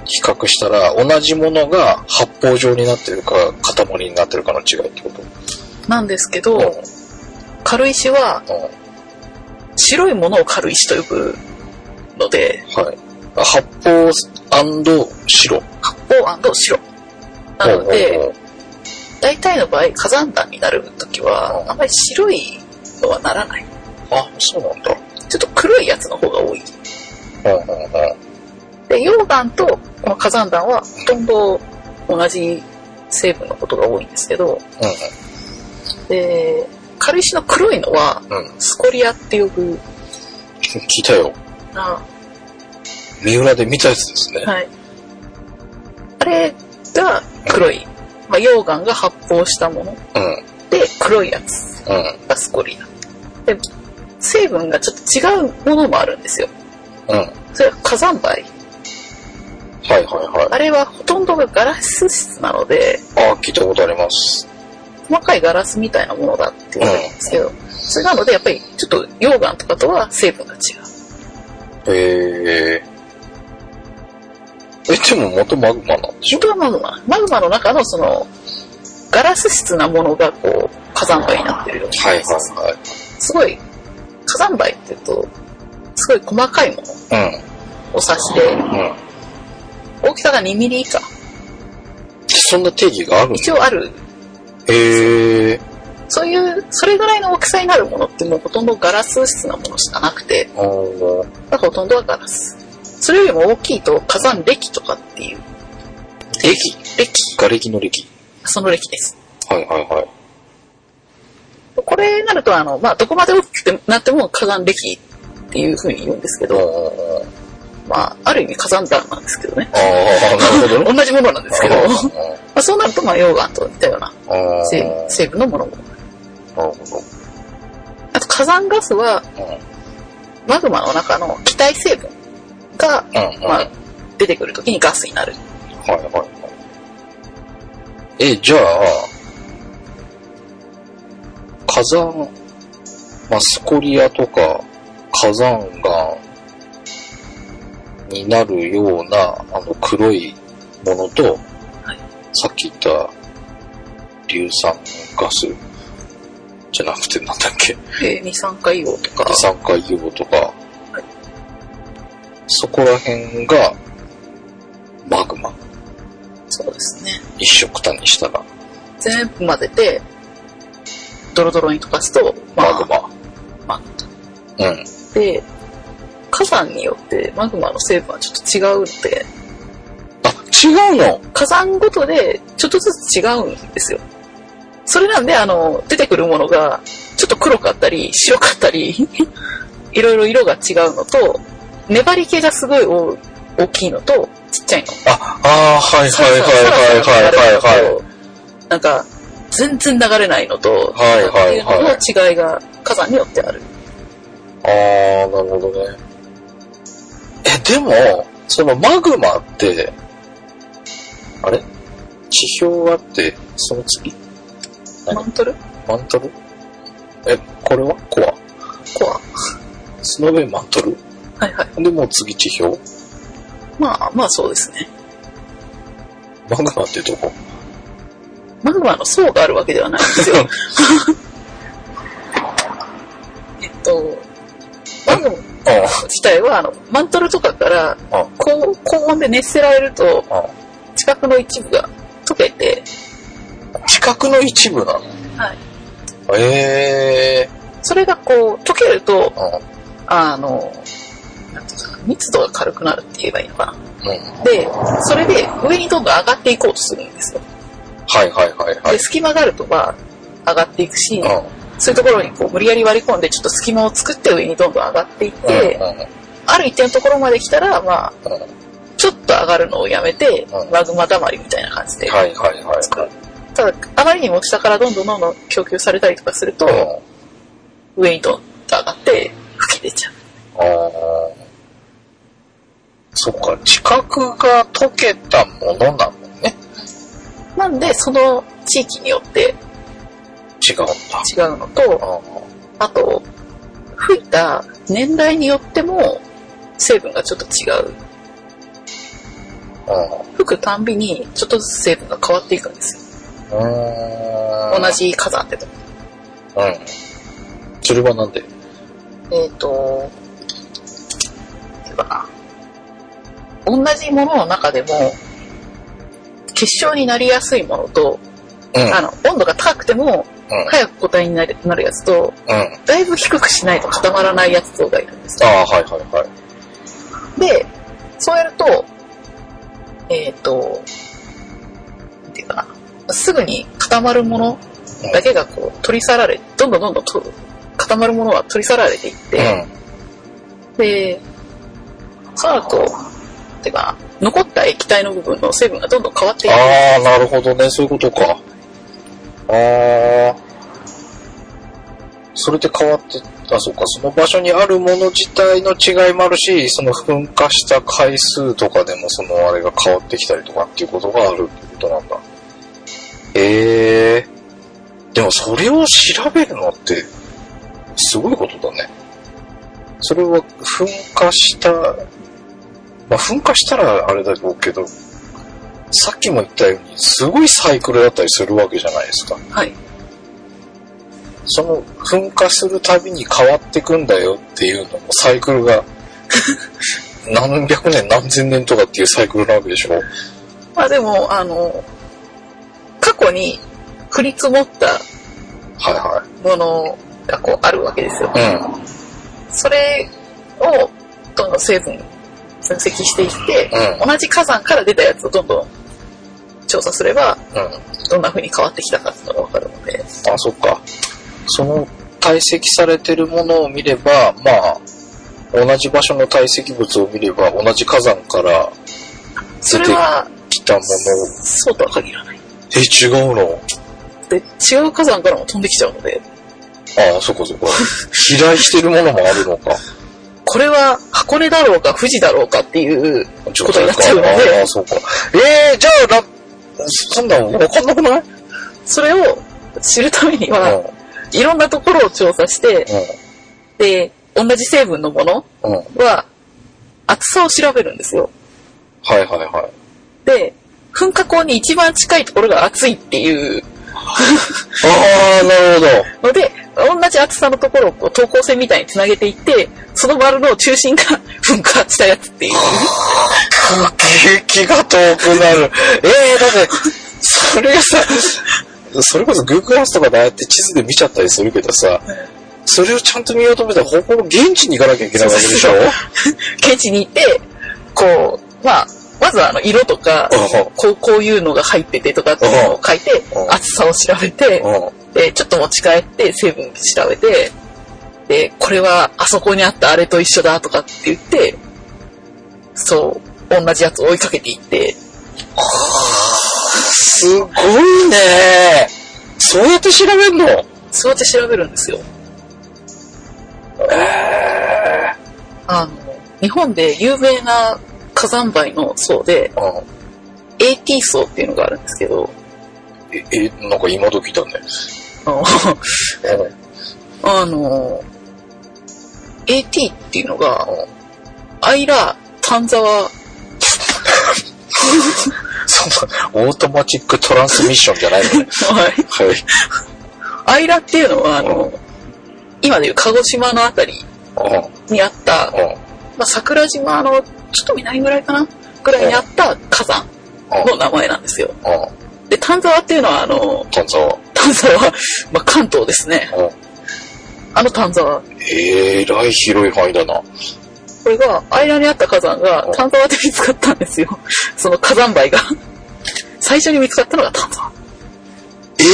比較したら、同じものが発泡状になってるか、塊になってるかの違いってことなんですけど、軽石はうん、うん白いものを軽石と呼ぶので、はい。発泡白。発泡白。なので、大体の場合火山弾になる時はあまり白いのはならないあ、そうなんだ。ちょっと黒いやつの方が多いうんうんうん。で溶岩とこの火山弾はほとんど同じ成分のことが多いんですけどで軽石の黒いのはうんうん。うん。スコリアって呼ぶ聞いたよ。な三浦で見たやつですね。はい。あれが黒い。まあ、溶岩が発泡したものうん。うん。で、黒いやつがスコリア。で、成分がちょっと違うものもあるんですよ。うん。はいそれは火山灰。はいはあれはほとんどがガラス質なので、い。ああ、聞いたことあります。細かいガラスみたいなものだって言われるんですけど、それなのでやっぱりちょっと溶岩とかとは成分が違う。へえ。え、でも元マグマなんでし本ょ当はマグマ。マグマの中のその、ガラス質なものがこう、火山灰になってるような。はいはすごい、火山灰って言うと、すごい細かいものいはい。を指して、うん。うん。大きさが2ミリ以下、そんな定義があるんだ一応ある、へえ。そういう、それぐらいの大きさになるものってもうほとんどガラス質なものしかなくて、あーだからほとんどはガラス。それよりも大きいと火山礫とかっていう、歴礫、瓦礫の歴。その礫です。はいはいはい。これになると、あの、まあ、どこまで大きくなっても火山礫っていう風に言うんですけうんうど、んうん。まあ、ある意味火山弾なんですけどね。ああ、な るほどね。同じものなんですけど、まうんあ、そうなると、まあ、溶岩と似たようなああ。成成分のものもなるほど。あと火山ガスはうん。マグマの中の気体成分が、うんうん。まあ、出てくるときにガスになる。はいはいはい。え、じゃあ、火山、まあ、スコリアとか火山岩になるようなあの黒いものと、はいさっき言った硫酸ガスじゃなくてなんだっけえー二酸化硫黄とか二、酸化硫黄とか、そこら辺がマグマそうですね。一色単にしたら全部混ぜて、ドロドロに溶かすと、マグマ。マグうん。マ。で、火山によってマグマの成分はちょっと違うので、あ、違うの火山ごとでちょっとずつ違うんですよ。それなんで、あの、出てくるものが、ちょっと黒かったり、白かったり、 いろいろ色が違うのと、粘り気がすごい大大きいのと、ちっちゃいの。あ、あーはいはいサラサラサラサラはいはいはいはい流れるのとなんか、全然流れないのと、はいはいはいの違いが火山によってある。はい。あー、なるほどね。え、でも、そのマグマって、あれ地表あって、その次はいマントルマントルえ、これはコア。コア。スノーベイマントルはいはい。で、もう次地表まあまあそうですね。マグマってどこマグマの層があるわけではないん ですよ。えっと、マグマあ自体はあのマントルとかからあ高高温で熱せられるとあ近くの一部が溶けて、あ。地殻の一部なのはい、ええそれがこう溶けるとー。ああのなんていうかな密度が軽くなるって言えばいいのかうん。はいなでそれで上にどんどん上がっていこうとするんですよ、はいはいはでい。隙間があるとまあ上がっていくし、うんそういうところにこう無理やり割り込んでちょっと隙間を作って上にどんどん上がっていって、うんうんある一定のところまで来たらまあうんちょっと上がるのをやめて、うんマグマ溜まりみたいな感じではいはいはい。作るただ、あまりにも下からどんどんどんどん供給されたりとかすると、上にどんと上がって、吹き出ちゃう。ああ。そっか、地殻が溶けたものなのね。なんで、その地域によって違うんだ。違うのと、ああと、吹いた年代によっても、成分がちょっと違う。あ。あ吹くたんびに、ちょっとずつ成分が変わっていくんですあ。よ。同。じ火山でも。うん。それはなんでえっ、と、そうだな。同じものの中でも、結晶になりやすいものと、うんあの、温度が高くても、うん早く固体になるなるやつと、うん。だいぶ低くしないと固まらないやつとがいるんですあよあ、はいはいはい。で、そうやると、えっ、と、なんていうかな、すぐに固まるものだけがこう取り去られ、どんどんどんどんと固まるものは取り去られていって、で、その後、ていうかな、残った液体の部分の成分がどんどん変わっていく。ああ、なるほどね。そういうことか。ああ。それで変わって、あ、そうか。その場所にあるもの自体の違いもあるし、その噴火した回数とかでもそのあれが変わってきたりとかっていうことがあるってことなんだ。ええでもそれを調べるのって、すごいことだね。それは噴火した、まあ噴火したらあれだろうけど、さっきも言ったように、すごいサイクルだったりするわけじゃないですか。はい。その、噴火するたびに変わってくんだよっていうのも、サイクルが、何百年何千年とかっていうサイクルなわけでしょ。まあでも、あの、過去に降り積もったはいはものがこうあるわけですよ。い。うん、それをどんどん成分分析していって、うん、同じ火山から出たやつをどんどん調査すれば、うん。どんな風に変わってきたかっていうのがわかるので、あ、そっか。その堆積されてるものを見れば、まあ、同じ場所の堆積物を見れば、同じ火山からそれは来たもそうとは限らない。の、え、違うので、違う火山からも飛んできちゃうので、ああ、そこそこ。飛来してるものもあるのか。これは箱根だろうか富士だろうかっていう、ことになっちゃうのでああ、そうか。ええー、じゃあ、な、そんなんわかんなくないそれを知るためには、いろんなところを調査して、で、同じ成分のものうん、うん、うん。は、厚さを調べるんですよ。はいはいはい。で、噴火口に一番近いところが熱いっていうああ、なるほど。ので、同じ厚さのところをこう等高線みたいにつなげていって、その丸の中心が 噴火したやつっていう。気が遠くなる。ええー、だって、それがさ、それこそ Google Earth とかでああやって地図で見ちゃったりするけどさ、それをちゃんと見ようと思ったら、ここの現地に行かなきゃいけないわけでしょ 現地に行って、こう、まあ、まずはあの色とか、こうこういうのが入っててとかっていうのを書いてう、ん厚さを調べて、うん。うん。で、ちょっと持ち帰って成分調べて、で、これはあそこにあったあれと一緒だとかって言って、そう、同じやつを追いかけていって、すごいねそうやって調べんのそうやって調べるんですよ。えあの、日本で有名な火山灰の層で、えうん。 AT 層っていうのがあるんですけど、え、え、なんか今時だね。あの、うん。あの AT っていうのが、アイラ、丹沢、その、オートマチックトランスミッションじゃない のね。はい。アイラっていうのは、あの、今でいう鹿児島のあたりうにあった、ん。うん。まあ、桜島のちょっと南ぐらいかなぐらいにあった火山の名前なんですよ。うん。で、丹沢っていうのは、あの、丹沢。丹沢、まあ、関東ですね。うん。あの丹沢。えらい広い範囲だな。これが、間にあった火山がうん丹沢で見つかったんですよ。その火山灰が。最初に見つかったのが丹沢。え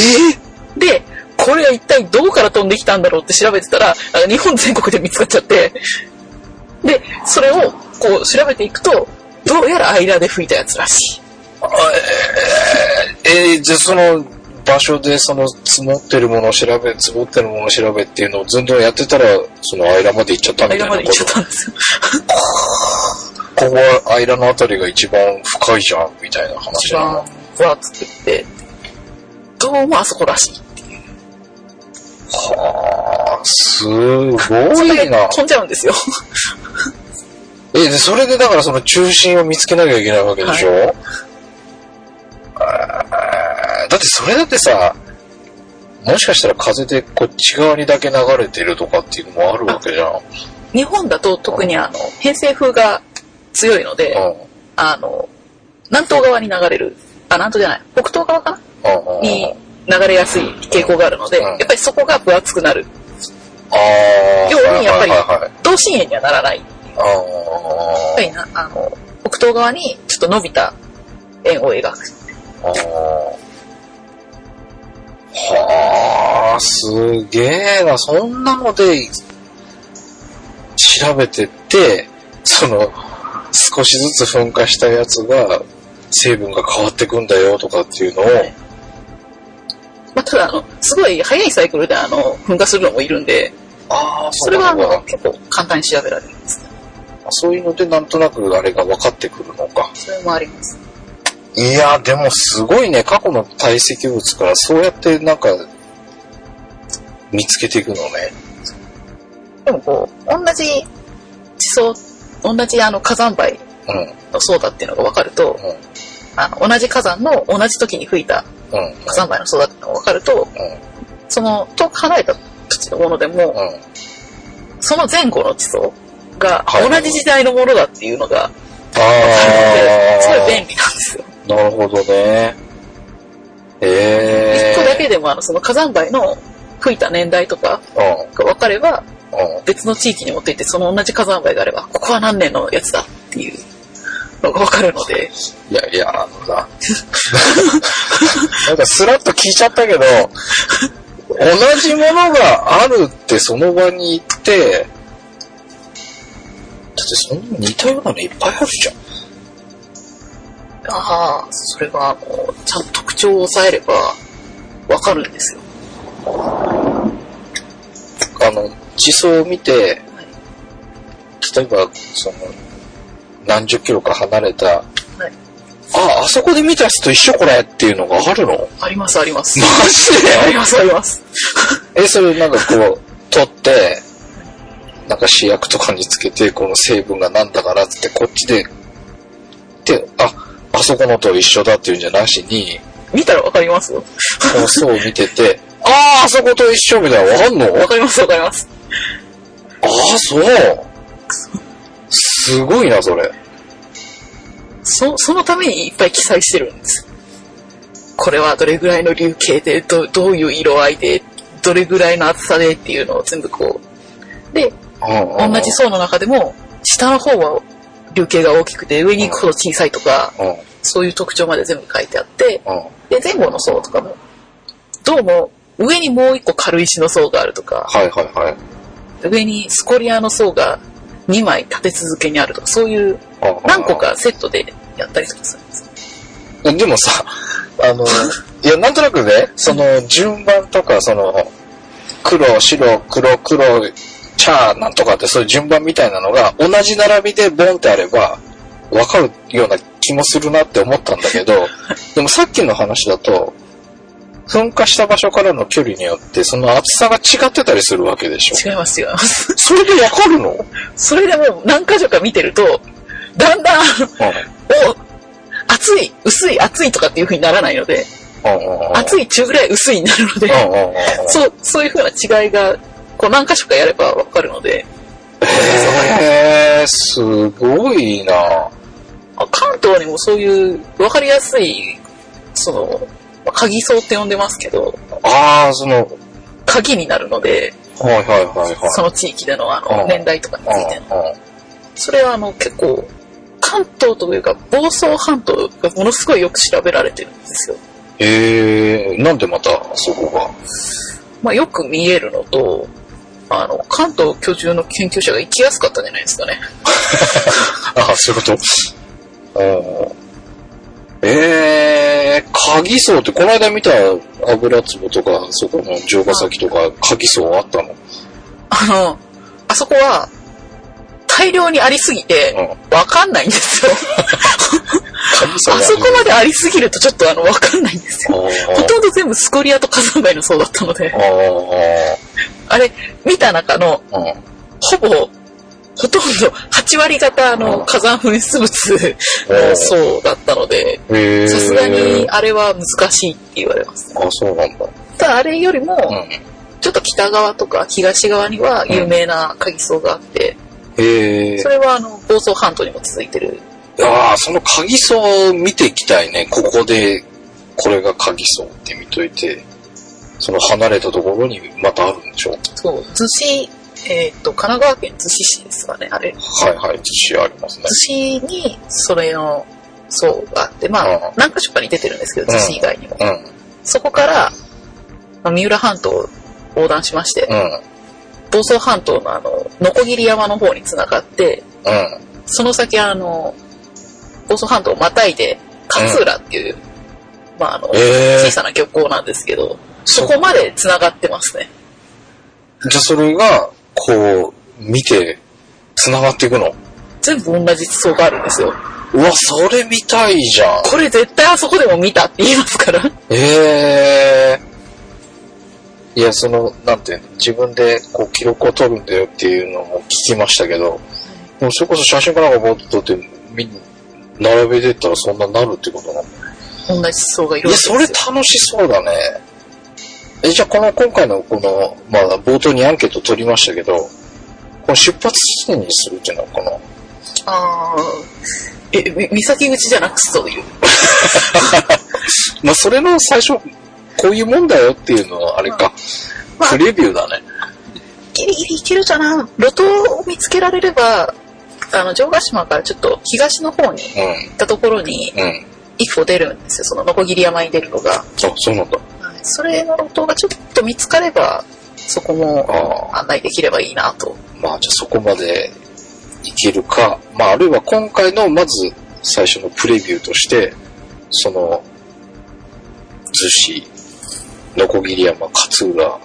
で、これが一体どこから飛んできたんだろうって調べてたら、あの日本全国で見つかっちゃって。で、それをこう調べていくと、どうやらアイラで吹いたやつらしい。ええーじゃあその場所でその積もってるものを調べ、積もってるものを調べっていうのをずんどんやってたら、そのアイラまで行っちゃったみアイたいラまなこと。で行っちゃったんですよ。ここはアイラのあたりが一番深いじゃん、みたいな話一な番の。わーっつってって、どうもあそこらしい。はあ、すそごれいなで。飛んじゃうんですよ。え、でそれでだからその中心を見つけなきゃいけないわけでしょ、あーだってそれだってさ、もしかしたら風でこっち側にだけ流れてるとかっていうのもあるわけじゃん。うん。日本だと特にあの、偏西風が強いので、うんあの、南東側に流れる、あ、南東じゃない、北東側かなうんうんに流れやすい傾向があるので、うんやっぱりそこが分厚くなる。ああ。要はやっぱりはいはいはい。同心円にはならない。やあっぱりな、あの、北東側にちょっと伸びた円を描く。あ。ああ。はあ、すげえな。そんなので、調べてって、その、少しずつ噴火したやつが、成分が変わってくんだよとかっていうのを、まあ、ただ、あの、すごい早いサイクルで、あの、噴火するのもいるんで、ああ、それは、あの、結構簡単に調べられるんです。そういうのでなんとなくあれが分かってくるのか。それもあります。いや、でもすごいね、過去の堆積物からそうやってなんか、見つけていくのね。でもこう、同じ地層、同じあの火山灰うん、の層だっていうのが分かると、うんあの同じ火山の同じ時に吹いたうん、火山灰の層だっていうのが分かると、うその遠く離れた土地のものでも、ん、うん。その前後の地層がはい同じ時代のものだっていうのがあ分かるので、すごい便あ利なんですよ。ー、なるほどね。え一えー。個だけでもあのその火山灰の吹いた年代とかが分かれば、うん、うん。別の地域に持っていって、その同じ火山灰があれば、ここは何年のやつだっていうのが分かるので、いや、いや、あのさ、なんかスラッと聞いちゃったけど、同じものがあるってその場に行って、だってそんな似たようなのいっぱいあるじゃん。ああ、それはもう、ちゃんと特徴を抑えれば、分かるんですよ。あの、地層を見て、例えば、その、何十キロか離れた、あ、あそこで見たやつと一緒これっていうのがあるのあります、あり ます。マジであります、あります。え、それなんかこう、取って、なんか試薬とかにつけて、この成分がなんだからっつって、こっちで、で、あ、あそこのと一緒だっていうんじゃなしに、見たら分かりますよ。 この層を見て て、ああ、あそこと一緒みたいな、わかんの分かります、分かります。ああ、そう。すごいな、それ。そ、そのためにいっぱい記載してるんです。これはどれぐらいの流形で、ど、どういう色合いで、どれぐらいの厚さでっていうのを全部こう。で、同同じ層の中でも、下の方は流形が大きくて、上に行くほど小さいとか、うん、うん、そういう特徴まで全部書いてあって、はで、前後の層とかも、どうも、上にもう一個軽石の層があるとか、いはいはい。上にスコリアの層が2枚立て続けにあるとか、そういうああ何個。かセットでやったりとかするんです。でもさ、あの、いや、なんとなくね、その、順番とか、その、黒、白、黒、黒、茶、なんとかって、そういう順番みたいなのが、同じ並びでボンってあれば、わかるような気もするなって思ったんだけ ど、でもさっきの話だと、噴火した場所からの距離によって、その厚さが違ってたりするわけでしょ。違います、違います。 それでわかるのうん。それでもう何箇所か見てると、だんだん、お熱い、薄い、熱いとかっていう風にならないので、うんうんうん。熱い中ぐらい薄いになるので、うんうんうんうん。そう、そういう風な違いが、こう何箇所かやればわかるので、へえ、すごいな。あ関東にもそういう分かりやすい、その、まあ鍵層って呼んでますけど、ああ、その、鍵になるので、はいはいはいはい。その地域でのあうの、ん年代とかについての。うんうんそれはあの、結構、関東というか、房総半島がものすごいよく調べられてるんですよ。ええなんでまたそこが。まあ、よく見えるのと、あの、関東居住の研究者が行きやすかったんじゃないですかね。ああ、そういうこと。うんええ鍵層って、この間見た油壺とか、そこの城ヶ崎とか、鍵層あったの。あの、あそこは、大量にありすぎて、わかんないんですよ。鍵層あ そこまでありすぎるとちょっとあの、わかんないんですよ。ほとんど全部スコリアと火山灰の層だったのであ、ああれ、見た中の、ああ、うん。ほぼ、ほとんど8割方あうんの火山噴出物の層だったので、ええさすがにあれは難しいって言われます。あ、そうなんだ。ただあれよりも、うん。ちょっと北側とか東側には有名な鍵層があって、ええそれはあの、房総半島にも続いてる。ああ、その鍵層を見ていきたいね。ここで、これが鍵層って見といて。その離れたところにまたあるんでしょうそう、逗子、えーっと、神奈川県逗子市ですかね、あれ。逗はいはい、自信ありますね。子に、それの、そうがあって、まあ、うん何か所かに出てるんですけど、うん逗子以外にも。うそこから、まあ三浦半島を横断しまして、ん、うん、房総半島のあの、ノコギリ山の方に繋がって、うん。その先あの、房総半島をまたいで、勝浦っていう、まああの、え小えさな漁港なんですけど、そこまで繋がってますね。じゃあそれが、こう、見て、繋がっていくの。全部同じ地層があるんですよ。うわ、それ見たいじゃん。これ絶対あそこでも見たって言いますから。ええいや、その、なんていうの、自分でこう記録を取るんだよっていうのも聞きましたけど、もうそれこそ写真かなんかボッと撮って、み並べてったらそんなになるってことなの同じ地層がいいるや、わけですそよれ楽しそうだね。え、じゃあこの今回のこの、まあ冒頭にアンケート取りましたけど、この出発地点にするっていうのはこの、あーえ、み三崎口じゃなくそういう。まあそれの最初、こういうもんだよっていうのはあれか、まあプレビューだね。ギリギリ行けるかな路頭を見つけられれば、あの、城ヶ島からちょっと東の方に行ったところに、うん、うん。一歩出るんですよ。その、ノコギリ山に出るのが。あ、そうなんだ。それの路頭がちょっと見つかれば、そこあも案内できればいいなと。まあ、じゃあそこまでいけるか、まあ、あるいは今回のまず最初のプレビューとして、その、逗子、ノコギリ山、勝浦、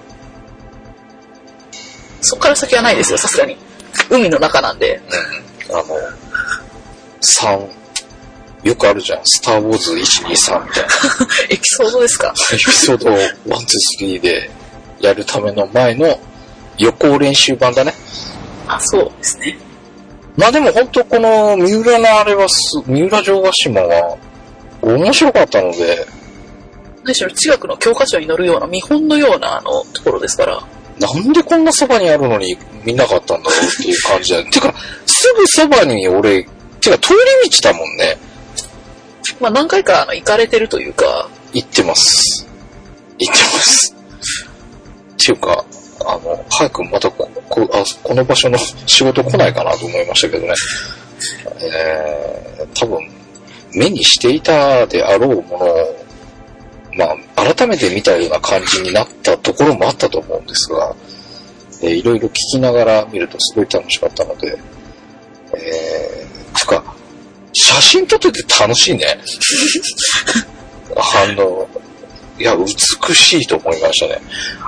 そこから先はないですよ、さすがに。海の中なんで。 あの、3、よくあるじゃん、スター・ウォーズ123みたいなエピソードですかエピソードを1、2、3でやるための前の予行練習版だね。あ、そうですね。まあでも本当この三浦のあれはす、三浦城ヶ島は面白かったので、何しろ中学の教科書に載るような見本のようなあのところですから。なんでこんなそばにあるのに見なかったんだろうっていう感じだよ。てか、すぐそばに俺、てか通り道だもんね。まあ何回かあの行かれてるというか、行ってます。行ってます。っていうか、あの、早くまたここあこの場所の仕事来ないかなと思いましたけどね。えー、多分、目にしていたであろうものを、まあ、改めて見たような感じになったところもあったと思うんですが、えーいろいろ聞きながら見るとすごい楽しかったので、えー、つうか、写真撮ってて楽しいね。あの、いや、美しいと思いましたね。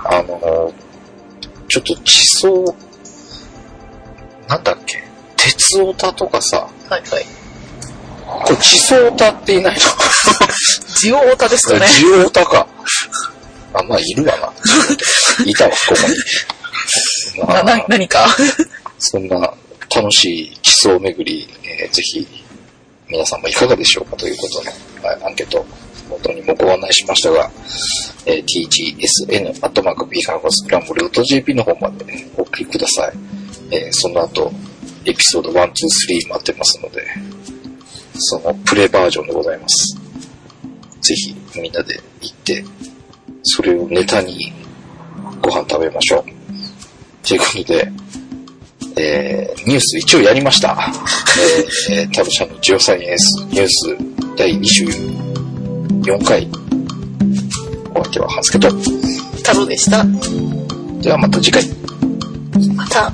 あの、ちょっと地層、なんだっけ、鉄オタとかさ、はいはい。これ地層オタっていないジオオタですかのね。ジオオタか。あ、まあ、いるわな。 いたわ、ここに。まなあ な何かそんな楽しい地層巡り、えーぜひ、皆さんもいかがでしょうかということの、はいアンケート、本当にもご案内しましたが、えー tgsn、アットマーク、ビーカースクランブル .jp の方までお送りください。えーその後、エピソード1、2、3待ってますので、そのプレバージョンでございます。ぜひ、みんなで行って、それをネタにご飯食べましょう。ということで、えーニュース一応やりました。えーえー、タブ社のジオサイエンスニュース第24回。お相手はハンスケと。太郎でした。ではまた次回。また。